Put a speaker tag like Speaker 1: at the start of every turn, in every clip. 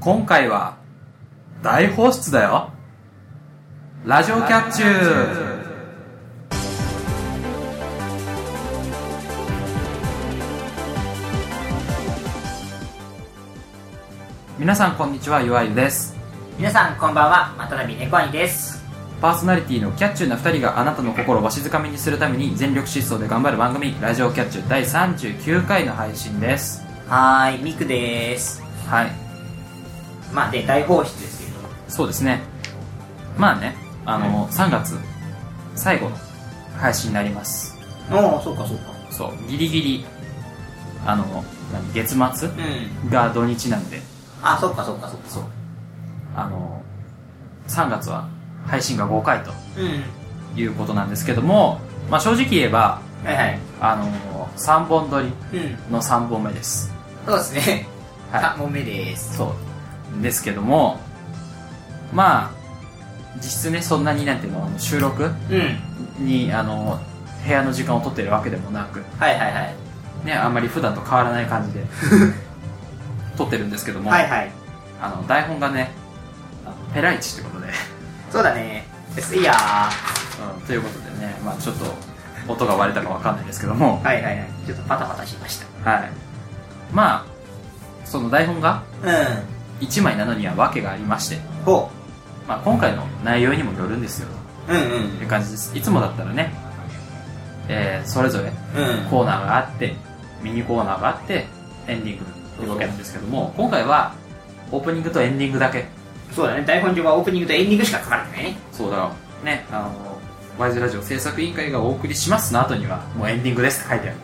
Speaker 1: 今回は大放出だよラジオキャッチュー皆さんこんにちは岩井です
Speaker 2: 皆さんこんばんは渡辺猫兄です
Speaker 1: パーソナリティのキャッチューな2人があなたの心をわしづかみにするために全力疾走で頑張る番組「ラジオキャッチュー」第39回の配信です
Speaker 2: はーいミクです
Speaker 1: はい
Speaker 2: まあで大放出ですけど
Speaker 1: そうですねまあねあの、3月最後の配信になります
Speaker 2: おおそうかそうか
Speaker 1: そうギリギリあの何月末
Speaker 2: うん
Speaker 1: が土日なんで
Speaker 2: あそうかそうかそうか
Speaker 1: そうあの3月は配信が5回と
Speaker 2: うん
Speaker 1: いうことなんですけども、まあ、正直言えば
Speaker 2: はいはい
Speaker 1: あの3本撮り
Speaker 2: うん
Speaker 1: の3本目です
Speaker 2: そうですね
Speaker 1: はい
Speaker 2: 3問目です
Speaker 1: そうですけどもまあ実質ねそんなになんていうのあの収録
Speaker 2: うん
Speaker 1: にあの部屋の時間を取ってるわけでもなく
Speaker 2: はいはいはい
Speaker 1: ねあんまり普段と変わらない感 じで撮ってるんですけども、
Speaker 2: はいはい
Speaker 1: あの台本がねあのペライチってことで、
Speaker 2: そうだねいやー
Speaker 1: うん、ということでね、まあ、ちょっと音が割れたかわかんないですけども
Speaker 2: はいはいはいちょっとパタパタしました
Speaker 1: はいまあその台本が
Speaker 2: う
Speaker 1: 1枚なのには訳がありまして、
Speaker 2: んほ
Speaker 1: まあ、今回の内容にもよるんですよ
Speaker 2: ううんう
Speaker 1: という感じですいつもだったらね、えーそれぞれ
Speaker 2: うん
Speaker 1: コーナーがあってミニコーナーがあってエンディングというわけなんですけども今回はオープニングとエンディングだけ
Speaker 2: そうだね台本上はオープニングとエンディングしか書かれてないね
Speaker 1: そうだからねあのワイズラジオ制作委員会がお送りしますの後にはもうエンディングですって書いてある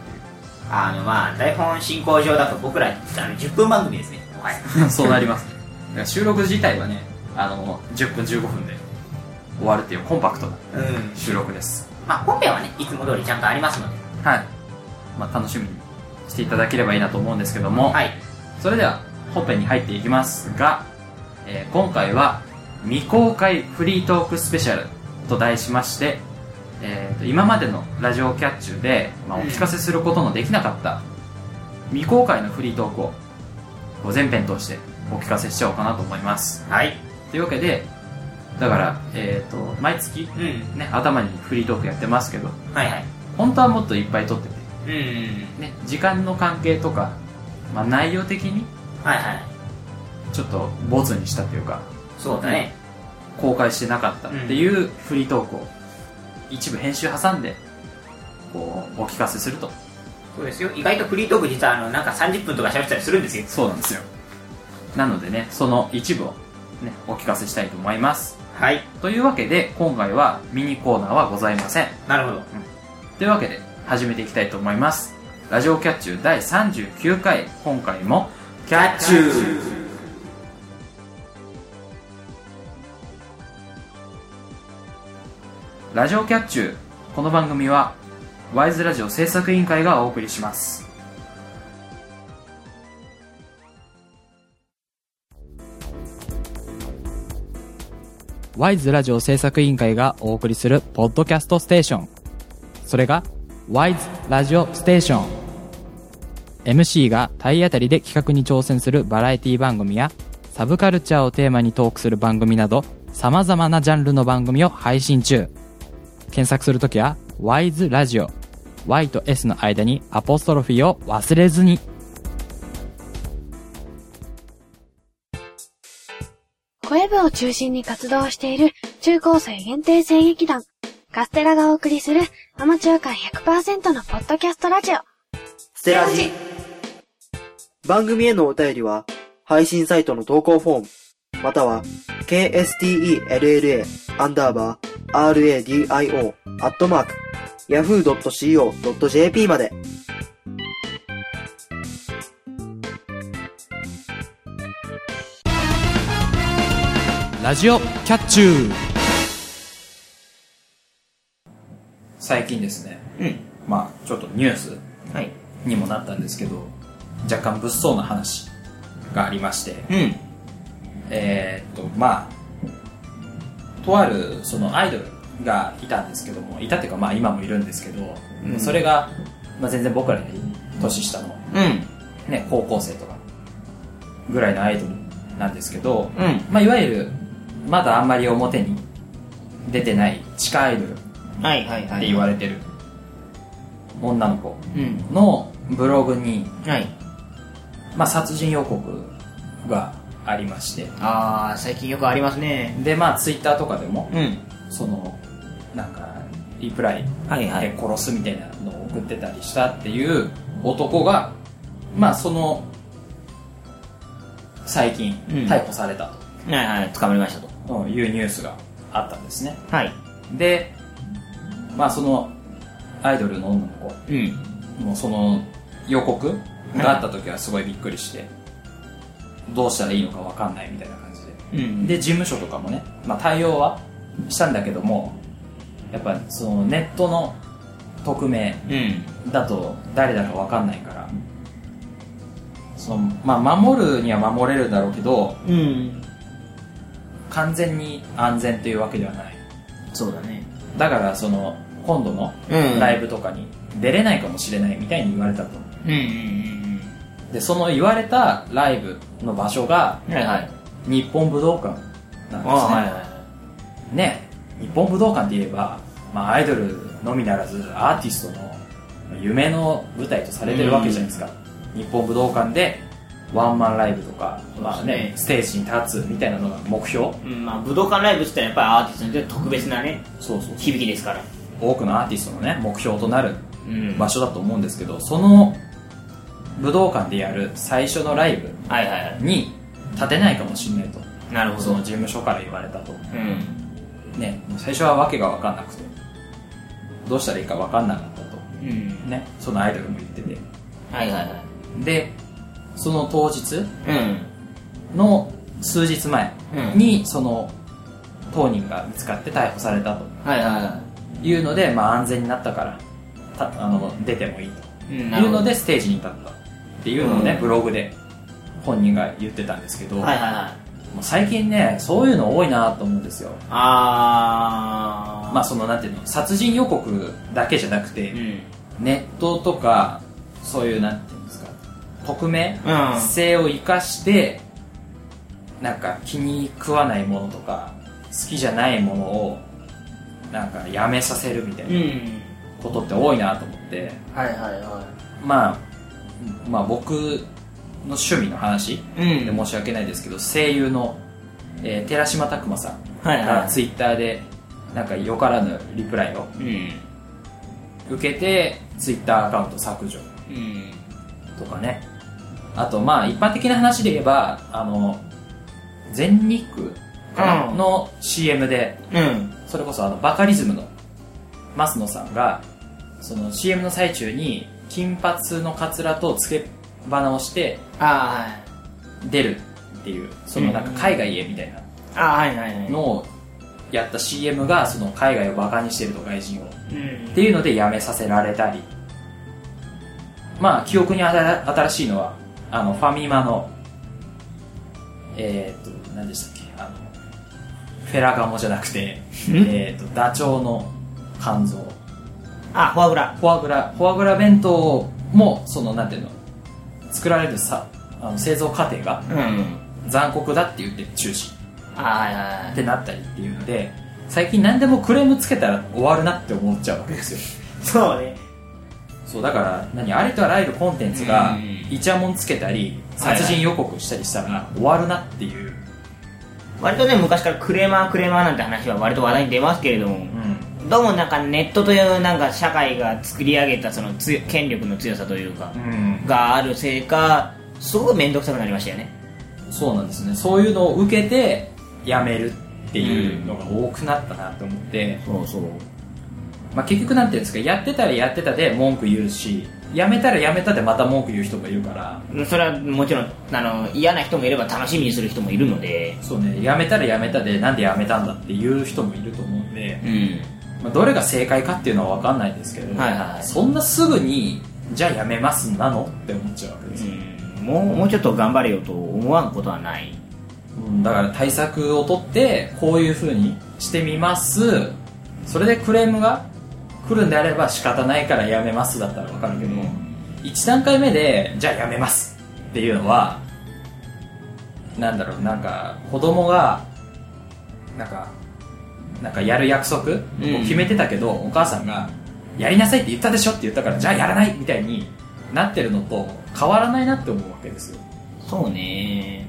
Speaker 2: あのまあ台本進行上だと僕らあの10分番組ですねはい
Speaker 1: そうなりますだから収録自体はねあの10分15分で終わるっていうコンパクトな
Speaker 2: うん
Speaker 1: 収録です
Speaker 2: まあ本編はねいつも通りちゃんとありますので
Speaker 1: はい、まあ、楽しみにしていただければいいなと思うんですけども、
Speaker 2: はい
Speaker 1: それでは本編に入っていきますが、えー今回は未公開フリートークスペシャルと題しまして、えーと今までのラジオキャッチュで、まあ、お聞かせすることのできなかった未公開のフリートークをこう全編通してお聞かせしちゃおうかなと思います
Speaker 2: はい
Speaker 1: というわけでだから、えー、と毎月
Speaker 2: うん
Speaker 1: ね頭にフリートークやってますけど
Speaker 2: はいはい
Speaker 1: 本当はもっといっぱい撮ってて、
Speaker 2: うん
Speaker 1: ね、時間の関係とか、まあ、内容的に
Speaker 2: はいはい
Speaker 1: ちょっとボツにしたというか
Speaker 2: そうだね
Speaker 1: 公開してなかったっていうフリートークを一部編集挟んでこうお聞かせすると
Speaker 2: そうですよ意外とフリートーク実はあのなんか30分とか喋ったりするんですよ
Speaker 1: そうなんですよなのでねその一部をねお聞かせしたいと思います
Speaker 2: はい
Speaker 1: というわけで今回はミニコーナーはございません
Speaker 2: なるほど
Speaker 1: というわけで始めていきたいと思いますラジオキャッチュー第39回今回もキャッチューラジオキャッチューこの番組はワイズラジオ制作委員会がお送りしますワイズラジオ制作委員会がお送りするポッドキャストステーションそれがワイズラジオステーション MC が体当たりで企画に挑戦するバラエティ番組やサブカルチャーをテーマにトークする番組など様々なジャンルの番組を配信中検索するときは WISE ラジオ Y と S の間にアポストロフィーを忘れずに
Speaker 3: 声部を中心に活動している中高生限定声劇団、カステラがお送りするアマチュア感100%のポッドキャストラジオ。
Speaker 4: ステラジ番組へのお便りは、配信サイトの投稿フォーム、または、kstella アンダーバー radio アットマーク、yahoo.co.jp まで。
Speaker 1: ラジオキャッチュー最近ですね
Speaker 2: うん
Speaker 1: まあちょっとニュース
Speaker 2: はい
Speaker 1: にもなったんですけど若干物騒な話がありまして
Speaker 2: うん
Speaker 1: えーっとまあとあるそのアイドルがいたんですけどもいたっていうかまあ今もいるんですけど、
Speaker 2: うん
Speaker 1: それが、まあ、全然僕らより年下の、
Speaker 2: うん
Speaker 1: ね、高校生とかぐらいのアイドルなんですけど、
Speaker 5: うん
Speaker 1: まあ、いわゆるまだあんまり表に出てない地下アイドルっ
Speaker 5: はいはいはい
Speaker 1: て言われてる女の子
Speaker 5: うん
Speaker 1: のブログに、
Speaker 5: はい
Speaker 1: まあ、殺人予告がありまして
Speaker 5: ああ最近よくありますね
Speaker 1: でまあツイッターとかでも
Speaker 5: うん
Speaker 1: そのなんかリプライ
Speaker 5: はいは
Speaker 1: で
Speaker 5: い
Speaker 1: 殺すみたいなのを送ってたりしたっていう男がまあその最近
Speaker 5: うん
Speaker 1: 逮捕された
Speaker 5: はいはい捕まりましたと
Speaker 1: というニュースがあったんですね
Speaker 5: はい
Speaker 1: でまあそのアイドルの女の
Speaker 5: うん
Speaker 1: 子もうその予告があった時はすごいびっくりしてどうしたらいいのかわかんないみたいな感じで
Speaker 5: うん
Speaker 1: で事務所とかもね、まあ、対応はしたんだけどもやっぱそのネットの匿名
Speaker 5: うん
Speaker 1: だと誰だか分かんないからその、まあ、守るには守れるだろうけど
Speaker 5: うん
Speaker 1: 完全に安全というわけではない
Speaker 5: そうだね
Speaker 1: だからその今度の
Speaker 5: うん
Speaker 1: ライブとかに出れないかもしれないみたいに言われたと
Speaker 5: うんうんうん
Speaker 1: でその言われたライブの場所が
Speaker 5: うんはいはい
Speaker 1: 日本武道館なんですね、
Speaker 5: は
Speaker 1: ね日本武道館って言えば、まあ、アイドルのみならずアーティストの夢の舞台とされてるわけじゃないですか、日本武道館でワンマンライブとか、まあ
Speaker 5: そうです
Speaker 1: ね
Speaker 5: ね、
Speaker 1: ステージに立つみたいなのが目標
Speaker 5: うんまあ武道館ライブって言ったらやっぱりアーティストにとって特別なね
Speaker 1: そうそう
Speaker 5: 響きですから
Speaker 1: 多くのアーティストのね目標となる
Speaker 5: うん
Speaker 1: 場所だと思うんですけどその武道館でやる最初のライブ
Speaker 5: はいはいは
Speaker 1: に立てないかもしれないと
Speaker 5: いなるほ
Speaker 1: そ
Speaker 5: ど
Speaker 1: の事務所から言われたと
Speaker 5: うん
Speaker 1: ね最初は訳が分かんなくてどうしたらいいか分かんなかったと
Speaker 5: うん
Speaker 1: ね、そのアイドルも言ってて
Speaker 5: はいはいはい
Speaker 1: でその当日
Speaker 5: うん
Speaker 1: の数日前
Speaker 5: うん
Speaker 1: にその当人が見つかって逮捕されたと
Speaker 5: はいはいは
Speaker 1: いうので、まあ、安全になったからたあの出てもいいと
Speaker 5: いうんなる
Speaker 1: いう
Speaker 5: ほど
Speaker 1: のでステージに立ったっていうのをね、
Speaker 5: うん
Speaker 1: ブログで本人が言ってたんですけど、
Speaker 5: はいはいはい
Speaker 1: もう最近ねそういうの多いなと思うんですよ
Speaker 5: あー
Speaker 1: まあそのなんていうの殺人予告だけじゃなくて、
Speaker 5: うん
Speaker 1: ネットとかそういうなんていうんですか匿名
Speaker 5: うん
Speaker 1: 性を生かしてなんか気に食わないものとか好きじゃないものをなんかやめさせるみたいうなんことって多いなと思って、
Speaker 5: はいはいは
Speaker 1: まあまあ僕の趣味の話
Speaker 5: い
Speaker 1: で
Speaker 5: うん
Speaker 1: 申し訳ないですけど声優の、えー寺島拓磨さん
Speaker 5: はい
Speaker 1: が
Speaker 5: は
Speaker 1: ツイッターでなんかよからぬリプライを
Speaker 5: いうん
Speaker 1: 受けてツイッターアカウント削除
Speaker 5: うん
Speaker 1: とかねあとまあ一般的な話で言えばあの全日空かな
Speaker 5: うん
Speaker 1: の CM で
Speaker 5: うん
Speaker 1: それこそあのバカリズムの増野さんがその CM の最中に金髪のカツラとつけ花をして
Speaker 5: あ
Speaker 1: 出るっていうそのなんか海外へみたいな
Speaker 5: ーはいあーはいはいはい
Speaker 1: のをやった CM がその海外をバカにしてると外人を
Speaker 5: うん
Speaker 1: っていうのでやめさせられたりまあ記憶にあた新しいのはあのファミマのえー、っと何でしたっけあのフェラガモじゃなくてえーっとダチョウの肝臓
Speaker 5: あフォアグラ
Speaker 1: フォアグラフォアグラ弁当もそのなんていうの作られるさあの製造過程が
Speaker 5: うん
Speaker 1: 残酷だって言って中止
Speaker 5: あーはいはいは
Speaker 1: っ
Speaker 5: い
Speaker 1: てなったりっていうので最近何でもクレームつけたら終わるなって思っちゃうわけですよ
Speaker 5: そうね
Speaker 1: そうだから何ありとあらゆるコンテンツが
Speaker 5: うん
Speaker 1: イチャモンつけたり
Speaker 5: はいはい
Speaker 1: 殺人予告したりしたら終わるなっていう、
Speaker 5: 割とね昔からクレーマークレーマーなんて話は割と話題に出ますけれどもどうもなんかネットというなんか社会が作り上げたそのつ権力の強さというか
Speaker 1: うん
Speaker 5: があるせいかすごく面倒くさくなりましたよね
Speaker 1: そうなんですねそういうのを受けてやめるっていうのが多くなったなと思って、
Speaker 5: そうそう
Speaker 1: まあ、結局なんていうんですかやってたらやってたで文句言うしやめたらやめたでまた文句言う人もいるから
Speaker 5: それはもちろんあの嫌な人もいれば楽しみにする人もいるので
Speaker 1: そうねやめたらやめたでなんでやめたんだっていう人もいると思うんで、
Speaker 5: うん
Speaker 1: まあ、どれが正解かっていうのは分かんないですけど、
Speaker 5: はいはい
Speaker 1: そんなすぐにじゃあやめますなのって思っちゃうわけですよ
Speaker 5: うんもうもうちょっと頑張れよと思わんことはない
Speaker 1: うんだから対策をとってこういう風にしてみますそれでクレームが来るんであれば仕方ないからやめますだったらわかるけど、1段階目でじゃあやめますっていうのはなんだろうなんか子供がなんかなんかやる約束を決めてたけど、お母さんが「やりなさいって言ったでしょ」って言ったから「じゃあやらない」みたいになってるのと変わらないなって思うわけですよ
Speaker 5: そうね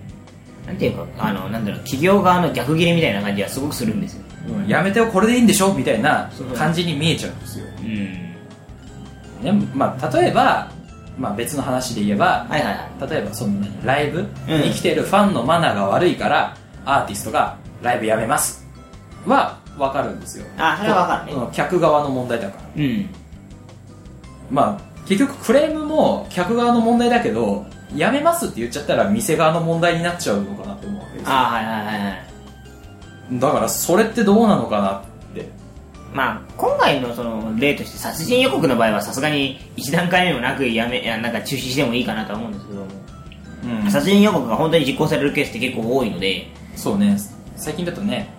Speaker 5: なんていうかあのなんだろう企業側の逆切れみたいな感じはすごくするんですよ
Speaker 1: うんやめてよこれでいいんでしょみたいな感じに見えちゃうんですよ、
Speaker 5: うん
Speaker 1: ねまあ、例えば、まあ、別の話で言えば
Speaker 5: はいはいは
Speaker 1: 例えばそのライブに来てるファンのマナーが悪いから、アーティストがライブやめますは分かるんですよ
Speaker 5: あそれは分かるね
Speaker 1: うん客側の問題だから
Speaker 5: いうん
Speaker 1: まあ結局クレームも客側の問題だけどやめますって言っちゃったら店側の問題になっちゃうのかなと思うわけですよ
Speaker 5: あはいはいはいはい
Speaker 1: だからそれってどうなのかなって
Speaker 5: まあ今回のその例として殺人予告の場合はさすがに一段階目もなくやめいやなんか中止してもいいかなとは思うんですけども、
Speaker 1: うん
Speaker 5: 殺人予告が本当に実行されるケースって結構多いので
Speaker 1: そうね最近だとね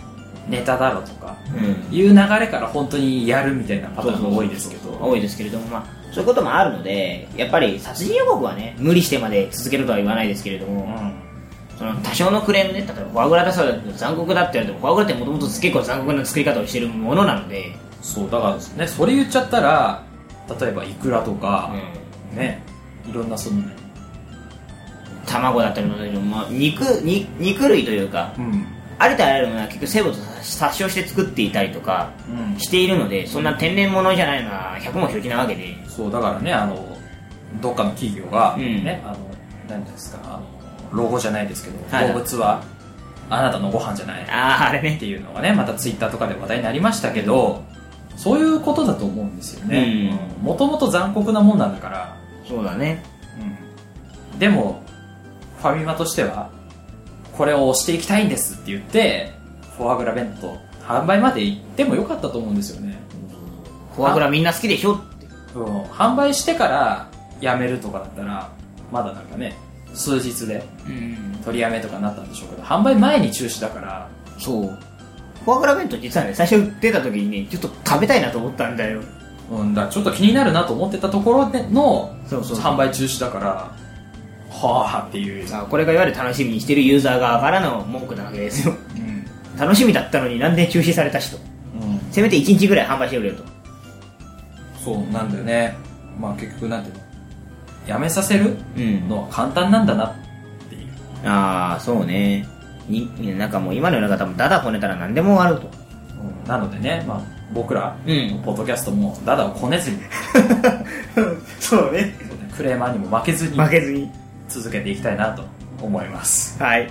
Speaker 1: ネタだろとか
Speaker 5: うん
Speaker 1: いう流れから本当にやるみたいなパターンが多いですけど
Speaker 5: 多いですけれどもまあそういうこともあるのでやっぱり殺人予告はね無理してまで続けるとは言わないですけれども、
Speaker 1: うん
Speaker 5: その多少のクレームね例えばフォアグラだそうだけど残酷だって言われてもフォアグラってもともと結構残酷な作り方をしてるものなので、
Speaker 1: そうだからねそれ言っちゃったら例えばイクラとか
Speaker 5: うん、
Speaker 1: ねいろんなそのね
Speaker 5: 卵だったりもそうだけど、まあ、肉に肉類というか
Speaker 1: うん
Speaker 5: ありとあらゆるものは結局生物を殺傷して作っていたりとか
Speaker 1: うん
Speaker 5: しているのでそんな天然物じゃないのは百も承知なわけで
Speaker 1: そうだからねあのどっかの企業が、
Speaker 5: うん
Speaker 1: ねあの何ですかあの老後じゃないですけど、
Speaker 5: はい
Speaker 1: 動物はあなたのご飯じゃないっ
Speaker 5: あああれね
Speaker 1: ていうのがねまたツイッターとかで話題になりましたけどそういうことだと思うんですよねもともと残酷なもんなんだから、
Speaker 5: そうだね
Speaker 1: うん、でもファミマとしてはこれを押していきたいんですって言ってフォアグラ弁当販売まで行ってもよかったと思うんですよね、
Speaker 5: フォアグラみんな好きでしょって
Speaker 1: うん、販売してからやめるとかだったらまだなんかね数日で
Speaker 5: うん
Speaker 1: 取りやめとかなったんでしょうけど販売前に中止だから
Speaker 5: そうフォアグラ弁当実はね最初出た時にねちょっと食べたいなと思ったんだよ
Speaker 1: うんだからちょっと気になるなと思ってたところでの
Speaker 5: そうそう
Speaker 1: 販売中止だからはあっていう、
Speaker 5: さあこれがいわゆる楽しみにしてるユーザー側からの文句なわけですよ
Speaker 1: うん
Speaker 5: 楽しみだったのになんで中止されたしと
Speaker 1: うん、
Speaker 5: せめて1日ぐらい販売してくれよと
Speaker 1: そうなんだよねまあ結局なんていうのやめさせる
Speaker 5: うん
Speaker 1: のは簡単なんだなっていう
Speaker 5: ああそうねになんかもう今の世の中多分ダダこねたら何でもあると
Speaker 1: うんなのでね、まあ、僕ら
Speaker 5: うん
Speaker 1: のポッドキャストもダダをこねずに、
Speaker 5: そうね
Speaker 1: クレーマーにも負けずに
Speaker 5: 負けずに
Speaker 1: 続けていきたいなと思います
Speaker 5: はい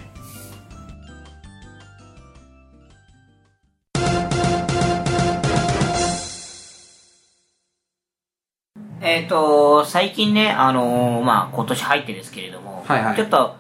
Speaker 5: えっ、と最近ねあのーまあ今年入ってですけれども、
Speaker 1: はいはい
Speaker 5: ちょっと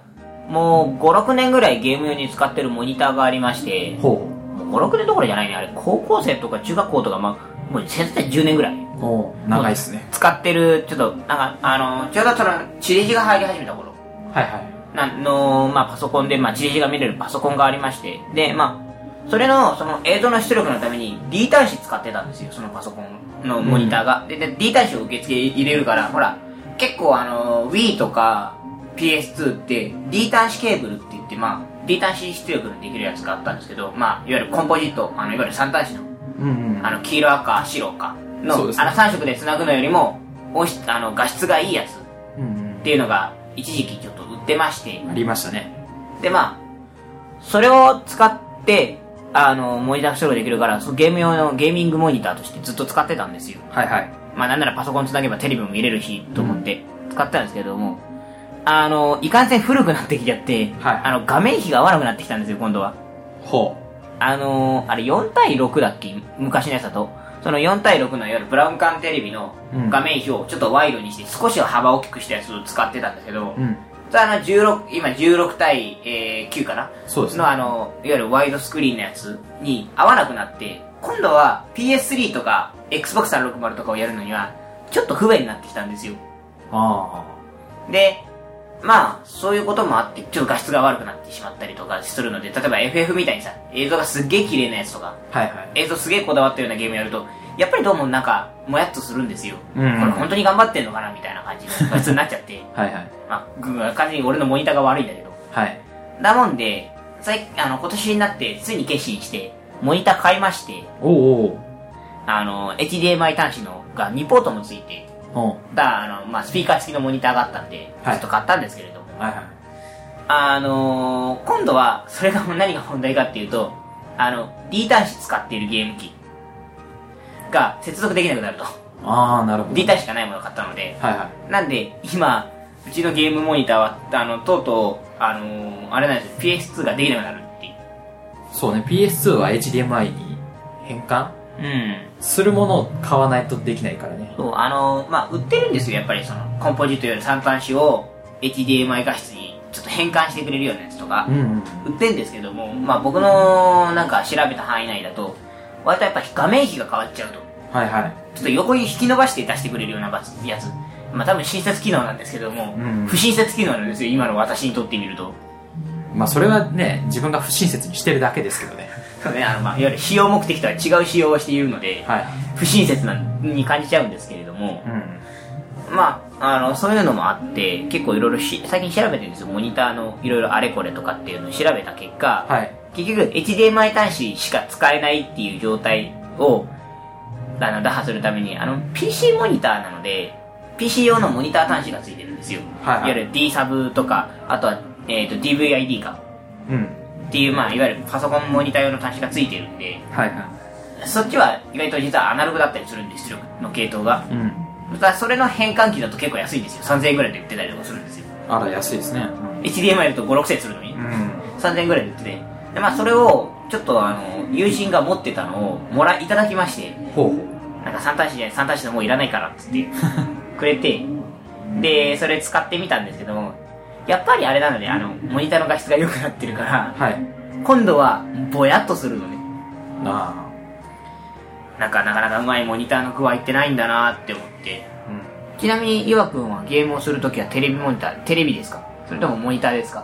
Speaker 5: もう56年ぐらいゲーム用に使ってるモニターがありまして
Speaker 1: ほ
Speaker 5: 56年どころじゃないねあれ高校生とか中学校とかまあもうせず10年ぐらいう
Speaker 1: お長いっすね
Speaker 5: 使ってるちょっとなんかあのーちょうどその地デジが入り始めた頃
Speaker 1: はいはい
Speaker 5: なの、まあ、パソコンで、まあ、地デジが見れるパソコンがありまして、で、まあ、それの、その映像の出力のために D 端子使ってたんですよ、そのパソコンのモニターが。でで、D 端子を受付入れるから、ほら、結構あの、Wii とか PS2 って D 端子ケーブルって言って、まあ、D 端子出力のできるやつがあったんですけど、まあ、いわゆるコンポジット、あの、いわゆる3端子の、
Speaker 1: うんうん
Speaker 5: あの、黄色赤、白赤の、
Speaker 1: そうですね
Speaker 5: あの3色で繋ぐのよりも、音質、あの、画質がいいやつっ
Speaker 1: うん
Speaker 5: ていうのが、一時期ちょっと売ってまして、
Speaker 1: ありましたね
Speaker 5: で、まあ、それを使って、あの、モニター処理できるから、そのゲーム用のゲーミングモニターとしてずっと使ってたんですよ。
Speaker 1: はいはい
Speaker 5: まあ、なんならパソコンつなげばテレビも見れるし、と思って使ってたんですけれども、あの、いかんせん古くなってきちゃって、
Speaker 1: はい
Speaker 5: あの、画面比が合わなくなってきたんですよ、今度は。
Speaker 1: ほ
Speaker 5: あのー、あれ4対6だっけ昔のやつだと。その4対6のいわゆるブラウン管テレビの
Speaker 1: うん
Speaker 5: 画面表をちょっとワイドにして少し幅を大きくしたやつを使ってたんですけど、
Speaker 1: うん
Speaker 5: それあの16、今16対、えー9かな
Speaker 1: そうですね
Speaker 5: のあの、いわゆるワイドスクリーンのやつに合わなくなって、今度は PS3 とか Xbox 360とかをやるのには、ちょっと不便になってきたんですよ。
Speaker 1: あ
Speaker 5: で、まあ、そういうこともあって、ちょっと画質が悪くなってしまったりとかするので、例えば FF みたいにさ、映像がすっげえ綺麗なやつとか、
Speaker 1: あはいはい
Speaker 5: 映像すげえこだわったようなゲームやると、やっぱりどうもなんか、もやっとするんですよ。
Speaker 1: うん、
Speaker 5: これ本当に頑張ってんのかなみたいな感じの画質になっちゃって
Speaker 1: はいはい
Speaker 5: まあ、ぐ完全に俺のモニターが悪いんだけど。
Speaker 1: はい
Speaker 5: だもんで、最あの今年になってついに決心して、モニター買いまして、
Speaker 6: おう
Speaker 5: あの、HDMI 端子のが2ポートもついて、
Speaker 6: おううん
Speaker 5: だからあの、まあ、スピーカー付きのモニターがあったんで、ち
Speaker 6: は
Speaker 5: ょ
Speaker 6: い
Speaker 5: っと買ったんですけれども、
Speaker 6: はいはい
Speaker 5: あのー今度は、それが何が問題かっていうと、あの、D 端子使っているゲーム機が接続できなくなると。
Speaker 6: ああなるほど
Speaker 5: D 端子がないものを買ったので、
Speaker 6: はいはい
Speaker 5: なんで、今、うちのゲームモニターは、あの、とうとう、あのーあれなんですよ、PS2 ができなくなるっていう。
Speaker 6: そうね PS2 は HDMI に変換
Speaker 5: うん。
Speaker 6: するものを買わないとできないからね
Speaker 5: そう、あのーまあ、売ってるんですよ、やっぱりその、コンポジットより三端子を HDMI 画質にちょっと変換してくれるようなやつとか
Speaker 6: う、んうん
Speaker 5: 売ってるんですけども、まあ、僕のなんか調べた範囲内だと、割とやっぱ画面比が変わっちゃうと。
Speaker 6: はいはい
Speaker 5: ちょっと横に引き伸ばして出してくれるようなバツやつ。まあ、多分親切機能なんですけども、
Speaker 6: うん
Speaker 5: 不親切機能なんですよ、今の私にとってみると。
Speaker 6: まあそれはね自分が不親切にしてるだけですけどね
Speaker 5: そうね、あの、まあ、いわゆる使用目的とは違う使用をしているので、
Speaker 6: はい
Speaker 5: 不親切なに感じちゃうんですけれども、
Speaker 6: うん
Speaker 5: まあ、あの、そういうのもあって、結構いろいろし、最近調べてるんですよ、モニターのいろいろあれこれとかっていうのを調べた結果、
Speaker 6: はい
Speaker 5: 結局 HDMI 端子しか使えないっていう状態を、あの、打破するために、あの、PC モニターなので、PC 用のモニター端子がついてるんですよ。
Speaker 6: はいはい
Speaker 5: わゆる D サブとか、あとは、えっ、と、DVID か。
Speaker 6: うん
Speaker 5: っていう、まあ、いわゆるパソコンモニター用の端子がついてるんで、
Speaker 6: はいは
Speaker 5: そっちは意外と実はアナログだったりするんですよ、出力の系統が。
Speaker 6: いうん
Speaker 5: またそれの変換器だと結構安いんですよ。3000円ぐらいで売ってたりとかするんですよ。
Speaker 6: あら安いですね
Speaker 5: HDMI だと5、6000円するのに
Speaker 6: う。ん
Speaker 5: 3000円ぐらいで売ってて。で、まあそれを、ちょっとあの、友人が持ってたのをもらい、いただきまして、
Speaker 6: ほうほ
Speaker 5: なんか3端子じゃない、3端子のもういらないからっつって くれて、で、それ使ってみたんですけども、やっぱりあれなので、あの、モニターの画質が良くなってるから
Speaker 6: う、はい
Speaker 5: 今度は、ぼやっとするのね。
Speaker 6: あ
Speaker 5: なんかなかなかうまいモニターの具合ってないんだなって思って。
Speaker 6: あうん
Speaker 5: ちなみに、岩くんはゲームをするときはテレビモニター、テレビですかそれともモニターですか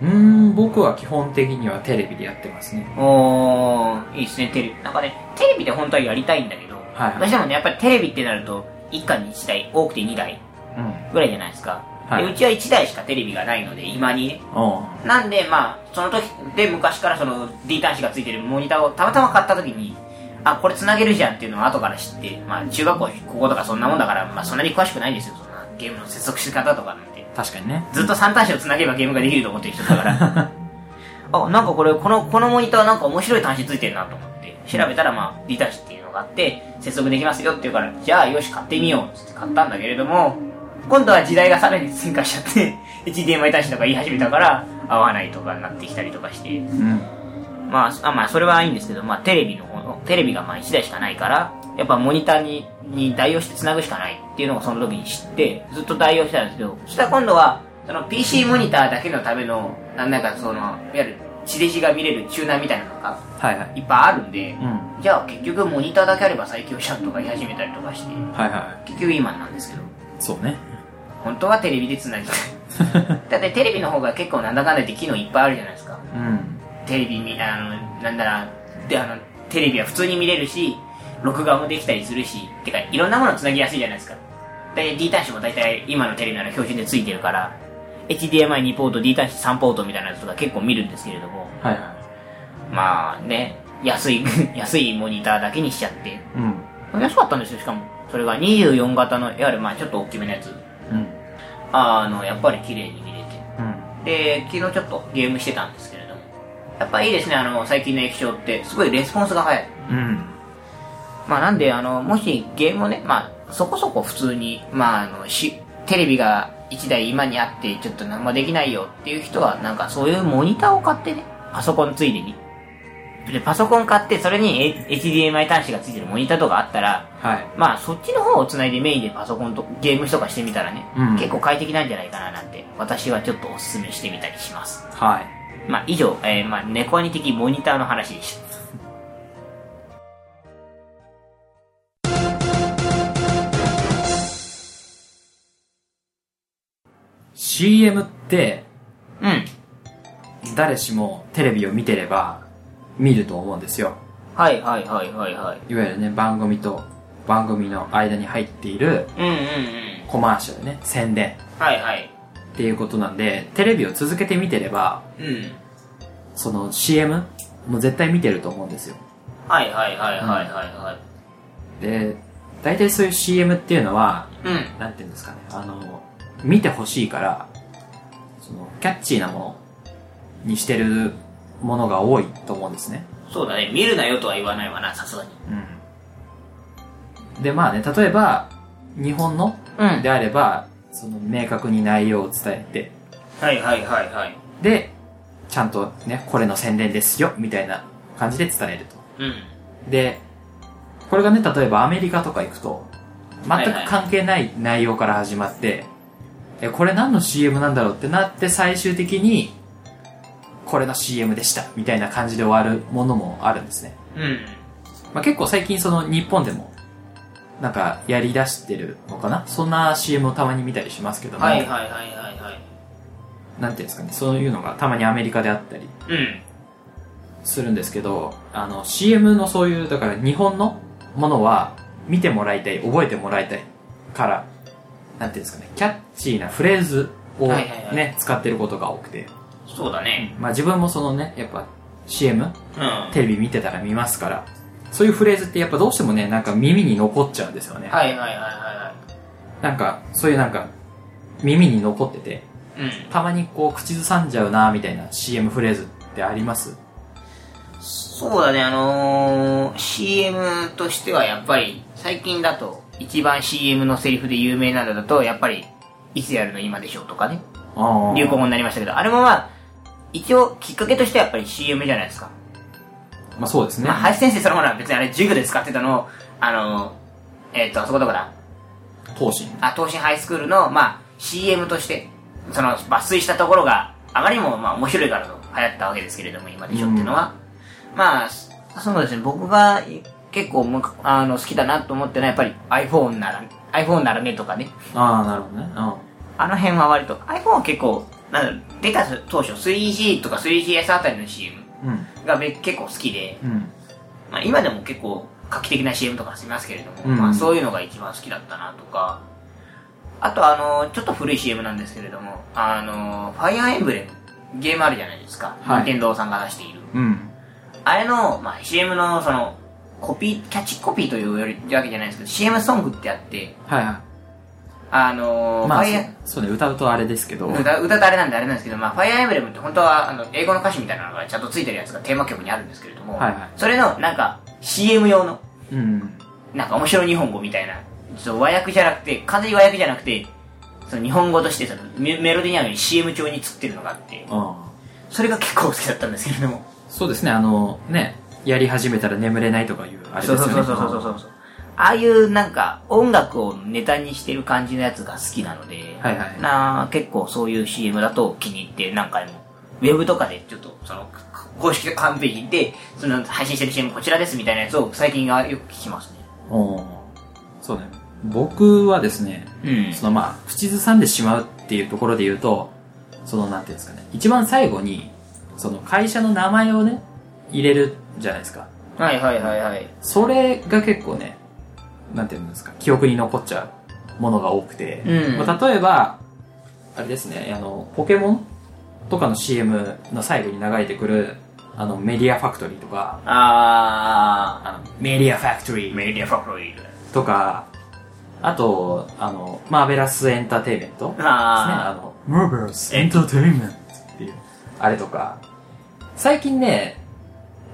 Speaker 6: うーん僕は基本的にはテレビでやってますね
Speaker 5: おー、いいですね、テレビ。なんかね、テレビで本当はやりたいんだけど、
Speaker 6: はい
Speaker 5: どうしてもね、やっぱりテレビってなると、1巻に1台、多くて2台
Speaker 6: うん
Speaker 5: ぐらいじゃないですか。
Speaker 6: はい
Speaker 5: でうちは1台しかテレビがないので、今にね。
Speaker 6: おう
Speaker 5: なんで、まあ、その時で昔からその D 端子がついてるモニターをたまたま買った時に、あ、これ繋げるじゃんっていうのを後から知って、まあ、中学校、高校とかそんなもんだから、まあ、そんなに詳しくないんですよ、そんなゲームの接続し方とかなんて。
Speaker 6: 確かにね
Speaker 5: ずっと3端子をつなげばゲームができると思ってる人だから。 あ、なんかこれ、この、このモニターなんか面白い端子ついてるなと思って、調べたらまあ、D 端子っていうのがあって、接続できますよっていうから、じゃあよし買ってみようっつって買ったんだけれども、今度は時代がさらに進化しちゃって、HDMI 端子とか言い始めたから、合わないとかになってきたりとかして、
Speaker 6: うん
Speaker 5: まあ、あまあ、それはいいんですけど、まあ、テレビの方の、テレビがまあ1台しかないから、やっぱモニターに、に代用して繋ぐしかないっていうのをその時に知って、ずっと代用してたんですけど、そしたら今度は、その PC モニターだけのための、なんだかその、いわゆる、地デジが見れるチューナーみたいなのが
Speaker 6: はいはい
Speaker 5: いっぱいあるんで、
Speaker 6: うん
Speaker 5: じゃあ結局モニターだけあれば最強じゃんとか言い始めたりとかして、
Speaker 6: はいは
Speaker 5: 結局今なんですけど、
Speaker 6: いそうね
Speaker 5: 本当はテレビで繋ぎたい。 だってテレビの方が結構なんだかんだ言って機能いっぱいあるじゃないですか。
Speaker 6: うん
Speaker 5: テレビみあのなんだらであのテレビは普通に見れるし録画もできたりするしてかいろんなものつなぎやすいじゃないですかで D 端子も大体今のテレビなら標準でついてるから HDMI2 ポート D 端子3ポートみたいなやつとか結構見るんですけれども
Speaker 6: はいは
Speaker 5: まあね安い 安いモニターだけにしちゃって
Speaker 6: いうん
Speaker 5: 安かったんですよしかもそれが24型のいわゆるまあちょっと大きめのやつ
Speaker 6: うん
Speaker 5: あのやっぱり綺麗に見れて
Speaker 6: うん
Speaker 5: で、昨日ちょっとゲームしてたんですけれども、やっぱいいですね、あの、最近の液晶って、すごいレスポンスが早い。
Speaker 6: うん
Speaker 5: まあなんで、あの、もしゲームをね、まあ、そこそこ普通に、まあ、あの、し、テレビが1台今にあって、ちょっと何もできないよっていう人は、なんかそういうモニターを買ってね、パソコンついでに。で、パソコン買って、それに HDMI 端子がついてるモニターとかあったら、
Speaker 6: はい
Speaker 5: まあそっちの方をつないでメインでパソコンとゲームとかしてみたらね、
Speaker 6: うん
Speaker 5: 結構快適なんじゃないかななんて、私はちょっとおすすめしてみたりします。
Speaker 6: はい
Speaker 5: まあ、以上、えーまあ、猫兄的モニターの話でした。
Speaker 6: CM って
Speaker 5: うん。
Speaker 6: 誰しもテレビを見てれば見ると思うんですよ
Speaker 5: はいはいはいはいはい。
Speaker 6: いわゆるね番組と番組の間に入っている
Speaker 5: うんうんうん。
Speaker 6: コマーシャルね宣伝
Speaker 5: はいはい。
Speaker 1: っていうことなんでテレビを続けて見てれば
Speaker 5: うん。
Speaker 1: その CM も絶対見てると思うんですよ
Speaker 5: はいはいはいはいは
Speaker 1: で大体そういう CM っていうのはい
Speaker 5: はい。
Speaker 1: なんていうんですかねあの見てほしいからそのキャッチーなものにしてるものが多いと思うんですね
Speaker 5: うん。そうだね。見るなよとは言わないわな、さすがに。
Speaker 1: うんでまあね例えば日本の
Speaker 5: うん
Speaker 1: であればその明確に内容を伝えて
Speaker 5: はいはいはいはい。
Speaker 1: でちゃんとねこれの宣伝ですよみたいな感じで伝えると
Speaker 5: うん。
Speaker 1: でこれがね例えばアメリカとか行くと全
Speaker 5: はいはい
Speaker 1: く関係ない内容から始まって、えこれ何の CM なんだろうってなって最終的にこれの CM でしたみたいな感じで終わるものもあるんですね、
Speaker 5: うん。
Speaker 1: まあ、結構最近その日本でもなんかやりだしてるのかなそんな CM をたまに見たりしますけども、
Speaker 5: はいはいはいはいはい。
Speaker 1: なんていうんですかねそういうのがたまにアメリカであったり
Speaker 5: うん。
Speaker 1: するんですけど、あの、CM のそういう、だから日本のものは見てもらいたい、覚えてもらいたいから、なんていうんですかね、キャッチーなフレーズをね、
Speaker 5: はいはいは
Speaker 1: 使ってることが多くて、
Speaker 5: そうだね。
Speaker 1: まあ自分もそのね、やっぱ CM、
Speaker 5: うん。
Speaker 1: テレビ見てたら見ますから、そういうフレーズってやっぱどうしてもね、なんか耳に残っちゃうんですよね。
Speaker 5: はいはいはいは
Speaker 1: なんか、そういうなんか、耳に残ってて、
Speaker 5: いはい。うん。
Speaker 1: たまにこう口ずさんじゃうなみたいな CM フレーズってあります
Speaker 5: そうだね、あのー、CM としてはやっぱり、最近だと、一番 CM のセリフで有名なのだと、やっぱり、いつやるの今でしょうとかね、流行語になりましたけど、あれもまあ、一応、きっかけとしてはやっぱり CM じゃないですか。
Speaker 1: まあそうですね。
Speaker 5: まあ、林先生そのものは別にあれ、塾で使ってたのを、あのー、えっ、と、あそこどこだ
Speaker 1: 投資。
Speaker 5: あ、東進ハイスクールの、まあ、CM として、その、抜粋したところがあまりにも、まあ、面白いからと流行ったわけですけれども、今でしょっていうのは。まあ、そそうですね、僕がい結構むか、あの、好きだなと思ってのは、やっぱり iPhone なら、iPhone ならねとかね。
Speaker 1: ああ、なるほどね。うん。
Speaker 5: あの辺は割と、iPhone は結構、なんだろう、出た当初 3G とか 3GS あたりの CM
Speaker 1: うん。
Speaker 5: がめ結構好きで、
Speaker 1: うん。
Speaker 5: まあ、今でも結構画期的な CM とかしますけれども、
Speaker 1: うん
Speaker 5: まあ、そういうのが一番好きだったなとか、あとあの、ちょっと古い CM なんですけれども、あの、ファイアーエンブレム、ゲームあるじゃないですか。
Speaker 1: はい
Speaker 5: 任天堂さんが出している。
Speaker 1: うん。
Speaker 5: あれの、まあ、CM のその、コピー、キャッチコピーというよりわけじゃないですけど、CM ソングってあって、
Speaker 1: はいは
Speaker 5: あの、
Speaker 1: い。まあ
Speaker 5: ファイア、、
Speaker 1: そうそうね、歌うとあれですけど。
Speaker 5: 歌歌とあれなんであれなんですけど、まあ、ファイアーエンブレムって本当はあの英語の歌詞みたいなのがちゃんとついてるやつがテーマ曲にあるんですけれども、
Speaker 1: はいはい
Speaker 5: それのなんか CM 用の
Speaker 1: うん。
Speaker 5: なんか面白い日本語みたいな、ちょっと和訳じゃなくて、完全に和訳じゃなくて、その日本語としてそのメメロディーなのに CM 調に作ってるのがあって、
Speaker 1: あ
Speaker 5: それが結構好きだったんですけれども。
Speaker 1: そうですね、あの、ね、やり始めたら眠れないとかいう、あれです
Speaker 5: そ
Speaker 1: よ
Speaker 5: う
Speaker 1: ね。
Speaker 5: そうそうそうそうそうそう。ああいうなんか音楽をネタにしてる感じのやつが好きなので、
Speaker 1: はいはい
Speaker 5: なあ結構そういう CM だと気に入って何回も、ウェブとかでちょっとその公式ホームページで、その配信してる CM こちらですみたいなやつを最近はよく聞きますね。
Speaker 1: うんそうね。僕はですね、
Speaker 5: うん
Speaker 1: そのまあ、口ずさんでしまうっていうところで言うと、その、なんていうんですかね、一番最後に、その会社の名前をね、入れるじゃないですか。
Speaker 5: はいはいはいはい。
Speaker 1: それが結構ね、なんていうんですか、記憶に残っちゃうものが多くて、
Speaker 5: うん
Speaker 1: まあ、例えば、あれですね、あの、ポケモンとかの CM の最後に流れてくる、あの、メディアファクトリーとか、
Speaker 5: あー、
Speaker 1: あのメディアファクトリー
Speaker 5: メディアファクトリー。
Speaker 1: とか、あと、あの、マーベラスエンターテイメントですね、
Speaker 5: あ
Speaker 1: あの、マーベラスエンターテイメントっていう、あれとか、最近ね、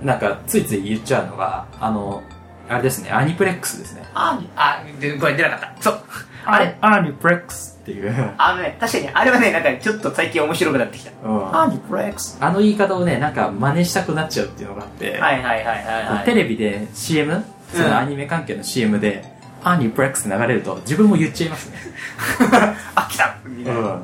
Speaker 1: なんか、ついつい言っちゃうのが、あの、あれですね、アニプレックスですね。
Speaker 5: あ、あ、でこれ出なかった。そう。あれ、
Speaker 1: アーニプレックスっていう、
Speaker 5: あのね、確かに、あれはね、なんかちょっと最近面白くなってきた。
Speaker 1: あ
Speaker 5: ニプレックス。
Speaker 1: の言い方をねなんか真似したくなっちゃうっていうのがあって、
Speaker 5: はいはいはいはい、はい。
Speaker 1: テレビで CM そのアニメ関係の CM で、アーニプレックス流れると自分も言っちゃいますね、
Speaker 5: あ、来たみたいな。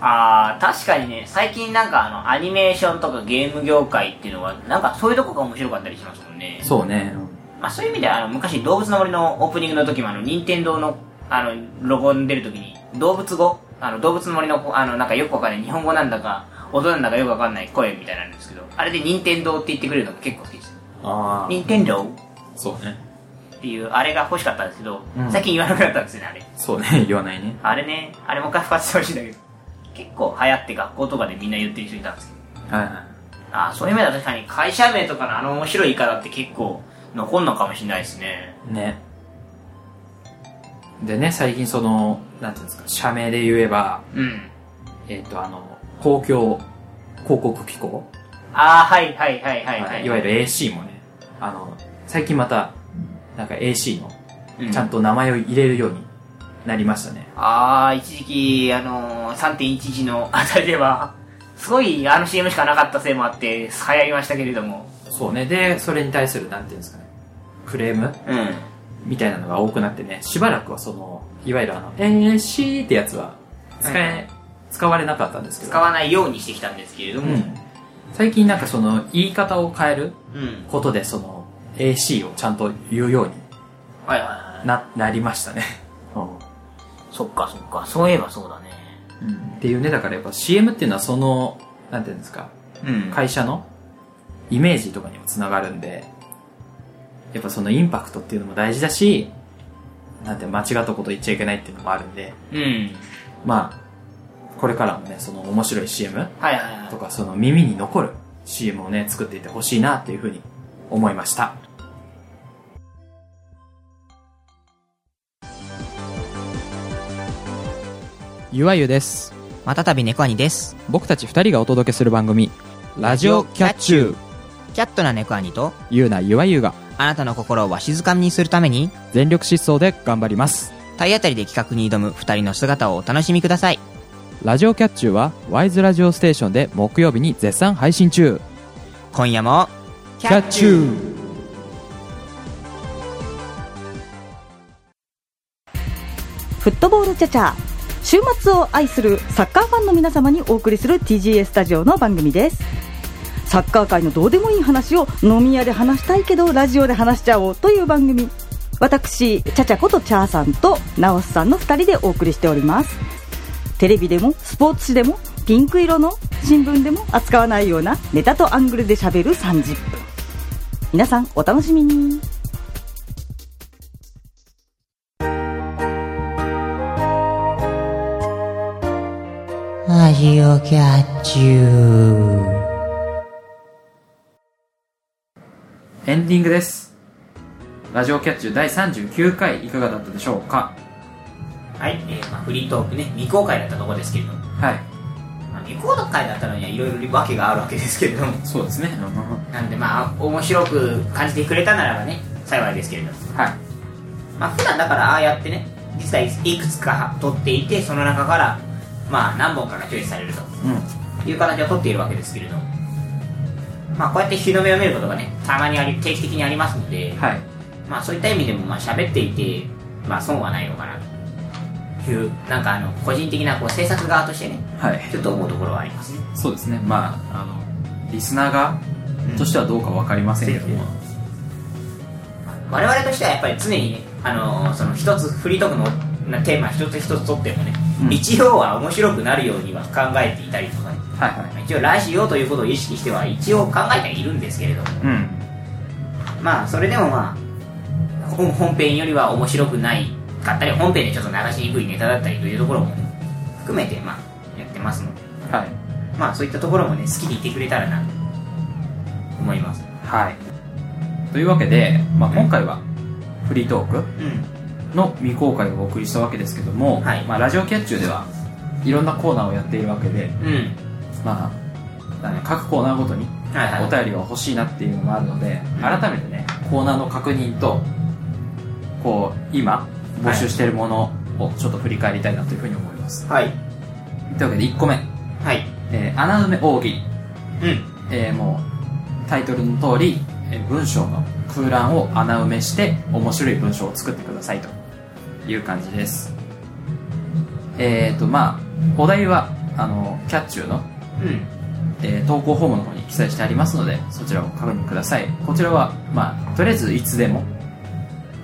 Speaker 5: あー、確かにね、最近なんかあの、アニメーションとかゲーム業界っていうのは、なんかそういうとこが面白かったりしますもんね。
Speaker 1: そうね、
Speaker 5: まあそういう意味では、あの、昔動物の森のオープニングの時も、あの、任天堂の、あの、ロゴに出る時に、動物語あの、動物の森の、あの、なんかよくわかんない、日本語なんだか、音なんだかよくわかんない声みたいなんですけど、あれで任天堂って言ってくれるのが結構好きです。
Speaker 1: あ
Speaker 5: 任天堂
Speaker 1: そうね
Speaker 5: っていうあれが欲しかったんですけど、
Speaker 1: うん
Speaker 5: 最近言わなくなったんですよねあれ
Speaker 1: そうね言わないね
Speaker 5: あれねあれもう一回復活してほしいんだけど結構流行って学校とかでみんな言ってる人いたんですけど
Speaker 1: はいはい
Speaker 5: ああそういう意味では確かに会社名とかのあの面白い言い方って結構残んのかもしれないですね
Speaker 1: ねでね最近そのなんていうんですか社名で言えば
Speaker 5: うん
Speaker 1: えっ、とあの公共広告機構、
Speaker 5: ああはいはいはいはいはい、
Speaker 1: いわゆる AC もねあの最近またなんか AC の
Speaker 5: う
Speaker 1: ちゃんと名前を入れるようになりましたね、
Speaker 5: ああ一時期あのー、3.11の あたりではすごいあの CM しかなかったせいもあって流行りましたけれども
Speaker 1: そうねでそれに対するなんていうんですかねクレーム
Speaker 5: うん
Speaker 1: みたいなのが多くなってねしばらくはそのいわゆるあの AC ってやつは使え、
Speaker 5: はい
Speaker 1: 使われなかったんですけど
Speaker 5: 使わないようにしてきたんですけれど
Speaker 1: う
Speaker 5: も
Speaker 1: ん、最近なんかその言い方を変える
Speaker 5: うん、
Speaker 1: ことでその AC をちゃんと言うように
Speaker 5: はいはいはい
Speaker 1: ななりましたね、
Speaker 5: そっかそっかそういえばそうだね
Speaker 1: うんっていうねだからやっぱ CM っていうのはそのなんていうんですか
Speaker 5: うん
Speaker 1: 会社のイメージとかにもつながるんでやっぱそのインパクトっていうのも大事だしなんて間違ったこと言っちゃいけないっていうのもあるんで
Speaker 5: うん
Speaker 1: まあこれからもねその面白い CM
Speaker 5: はいはいはい
Speaker 1: とかその耳に残る CM をね作っていってほしいなっていうふうに思いました
Speaker 7: ゆわゆです
Speaker 8: またたび猫兄です。
Speaker 7: 僕たち2人がお届けする番組「ラジオキャッチュー
Speaker 8: キャットな猫兄と、」
Speaker 7: ゆうなゆわゆが
Speaker 8: あなたの心をわしづかみにするために、
Speaker 7: 全力疾走で頑張ります
Speaker 8: 体当たりで企画に挑む二人の姿をお楽しみください。
Speaker 7: ラジオキャッチューはワイズラジオステーションで木曜日に絶賛配信中
Speaker 8: 今夜も、キ
Speaker 7: ュー
Speaker 9: フットボールチャチャ週末を愛するサッカーファンの皆様にお送りする TGA スタジオの番組ですサッカー界のどうでもいい話を飲み屋で話したいけどラジオで話しちゃおうという番組私チャチャことチャーさんとナオスさんの2人でお送りしておりますテレビでもスポーツ紙でもピンク色の新聞でも扱わないようなネタとアングルで喋る30分皆さんお楽しみに
Speaker 8: ラジオキャッチュー。
Speaker 1: エンディングですラジオキャッチュ第39回いかがだったでしょうか
Speaker 5: はい、えーまあ、フリートークね未公開だったとこですけれども、
Speaker 1: はい
Speaker 5: まあ、未公開だったのにはいろいろ訳があるわけですけれども
Speaker 1: そうですね
Speaker 5: なんでまあ面白く感じてくれたならばね幸いですけれども
Speaker 1: はい
Speaker 5: まあ普段だからああやってね実際いくつか撮っていてその中からまあ何本かがチョイスされると
Speaker 1: うん
Speaker 5: いう形を撮っているわけですけれどもまあこうやって日の目を見ることがねたまにあり定期的にありますので、
Speaker 1: はい
Speaker 5: まあそういった意味でもまあ喋っていてまあ損はないのかなというなんかあの個人的なこう制作側としてね
Speaker 1: はい
Speaker 5: ちょっと思うところはありますね
Speaker 1: そうですねまああのリスナーがとしてはどうかわかりませんけども、
Speaker 5: 我々としてはやっぱり常にね、あのーその一つフリートークのなテーマ一つ一つ取ってもね、
Speaker 1: うん
Speaker 5: 一応は面白くなるようには考えていたりとかね
Speaker 1: はいはい
Speaker 5: 一応ラジオということを意識しては一応考えてはいるんですけれども
Speaker 1: うん
Speaker 5: まあそれでもまあほん本編よりは面白くないかったり本編でちょっと流しにくいネタだったりというところもね、含めてまあやってますので
Speaker 1: はい
Speaker 5: まあそういったところもね好きでいてくれたらなと思います
Speaker 1: はいというわけで、まあ、今回はフリートー
Speaker 5: うん
Speaker 1: クの未公開をお送りしたわけですけども、
Speaker 5: はい
Speaker 1: まあ、ラジオキャッチューではいろんなコーナーをやっているわけで、
Speaker 5: うん
Speaker 1: まあだね、各コーナーごとに
Speaker 5: はいはい
Speaker 1: お便りが欲しいなっていうのがあるので、
Speaker 5: うん
Speaker 1: 改めてねコーナーの確認とこう今募集しているものをちょっと振り返りたいなというふうに思います、
Speaker 5: はい
Speaker 1: というわけで1個目、
Speaker 5: はい
Speaker 1: えー穴埋め大喜利、
Speaker 5: うん
Speaker 1: えーもうタイトルの通り、えー文章の空欄を穴埋めして面白い文章を作ってくださいという感じですえっ、ー、とまあお題はあのキャッチューの
Speaker 5: うん
Speaker 1: えー投稿フォームの方に記載してありますのでそちらを確認くださいこちらは、まあ、とりあえずいつでも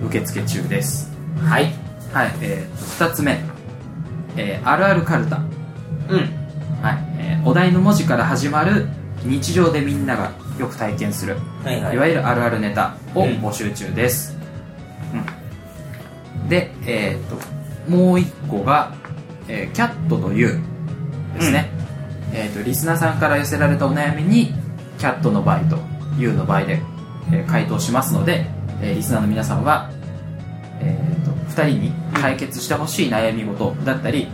Speaker 1: 受付中です
Speaker 5: はい
Speaker 1: はい、えーと、2つ目、えーあるあるカルタ、はい
Speaker 5: うん
Speaker 1: えーお題の文字から始まる日常でみんながよく体験する、
Speaker 5: はいはい
Speaker 1: い、わゆるあるあるネタを
Speaker 5: うん
Speaker 1: 募集中です、うんで、えーともう1個が、えーキャットというですね、えっ、とリスナーさんから寄せられたお悩みにキャットの場合と U の場合で、えー回答しますので、えーリスナーの皆さんは、えー、と2人に解決してほしい悩み事だったり、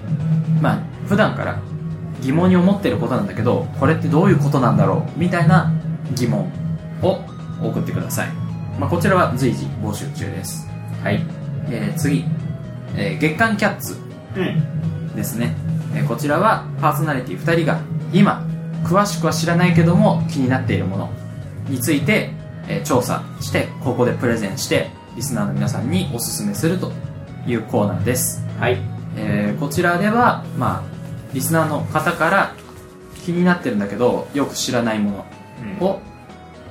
Speaker 1: まあ普段から疑問に思ってることなんだけどこれってどういうことなんだろうみたいな疑問を送ってください、まあ、こちらは随時募集中ですはい、えー次、えー月刊キャッツ
Speaker 8: うん
Speaker 1: ですね、えーこちらはパーソナリティ2人が今詳しくは知らないけども気になっているものについて、えー調査してここでプレゼンしてリスナーの皆さんにおすすめするというコーナーです、
Speaker 8: はい
Speaker 1: えーこちらでは、まあ、リスナーの方から気になってるんだけどよく知らないものを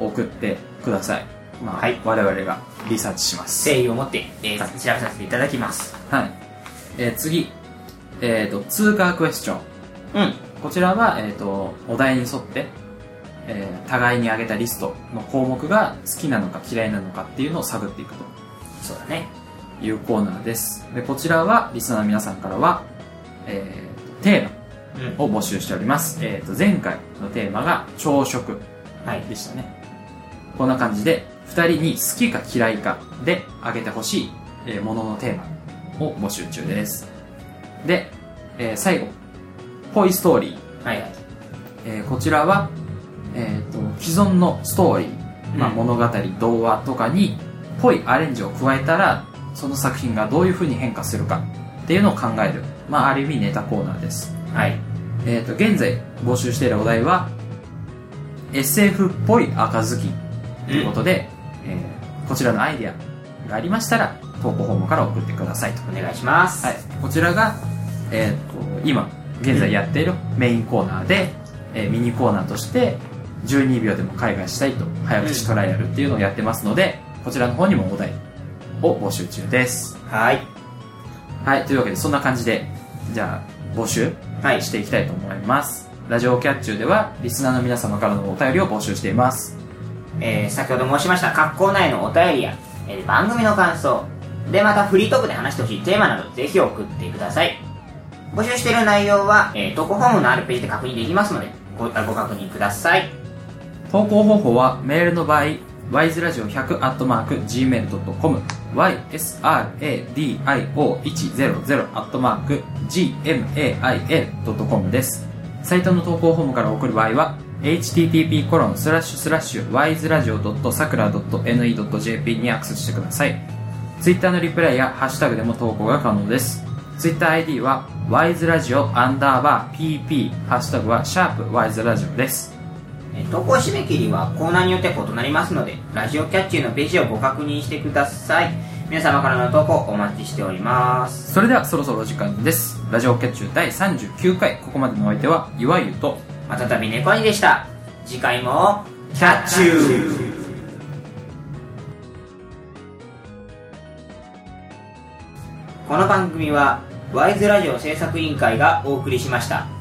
Speaker 1: 送ってください、まあ
Speaker 8: はい
Speaker 1: 我々がリサーチします
Speaker 8: 誠意を持って、えー調べさせていただきます
Speaker 1: はい。えー次。えっ、と、通貨クエスチョン。
Speaker 8: うん
Speaker 1: こちらは、えっ、と、お題に沿って、えー互いに挙げたリストの項目が好きなのか嫌いなのかっていうのを探っていく
Speaker 8: そうだね
Speaker 1: というコーナーです。で、こちらは、リスナーの皆さんからは、えーテーマを募集しております。えっ、と、前回のテーマが朝食
Speaker 8: はい
Speaker 1: でしたね。こんな感じで、二人に好きか嫌いかで挙げてほしい、えーもののテーマを募集中です。で、えー最後、ポイストーリー。
Speaker 8: はいはい
Speaker 1: えーこちらは、えーと既存のストーリー、まあ、
Speaker 8: うん
Speaker 1: 物語童話とかにぽいアレンジを加えたらその作品がどういう風に変化するかっていうのを考える、まあ、ある意味ネタコーナーです、
Speaker 8: はい
Speaker 1: えー、と現在募集しているお題は SF っぽい赤ずきんということで、えーこちらのアイディアがありましたら投稿フォームから送ってくださいと
Speaker 8: お願いします
Speaker 1: はい、こちらが、えー、と今現在やっているメインコーナーで、えーミニコーナーとして12秒でも海外したいと早口トライアルっていうのをやってますのでこちらの方にもお題を募集中です
Speaker 8: はい
Speaker 1: はいというわけでそんな感じでじゃあ募集
Speaker 8: はい
Speaker 1: していきたいと思います、ラジオキャッチューではリスナーの皆様からのお便りを募集しています
Speaker 8: えー先ほど申しました格好内のお便りや、えー番組の感想でまたフリートークで話してほしいテーマなどぜひ送ってください募集している内容は、えー投稿フォームのあるページで確認できますのでごご確認ください
Speaker 1: 投稿方法はメールの場合 wiseradio100-gmail.com ysradio100-gmail.com ですサイトの投稿フォームから送る場合は http://wiseradio.sakura.ne.jp にアクセスしてくださいツイッターのリプライやハッシュタグでも投稿が可能です。ツイッター ID は wiseradio アンダーバー pp ハッシュタグはシャープ wiseradio です。
Speaker 8: えー投稿締め切りはコーナーによって異なりますのでラジオキャッチューのページをご確認してください皆様からの投稿お待ちしております
Speaker 1: それではそろそろお時間です。ラジオキャッチュ第39回、ここまでのお相手は、いわゆと、
Speaker 8: またたび猫にでした次回もキャッチューこの番組はワイズラジオ制作委員会がお送りしました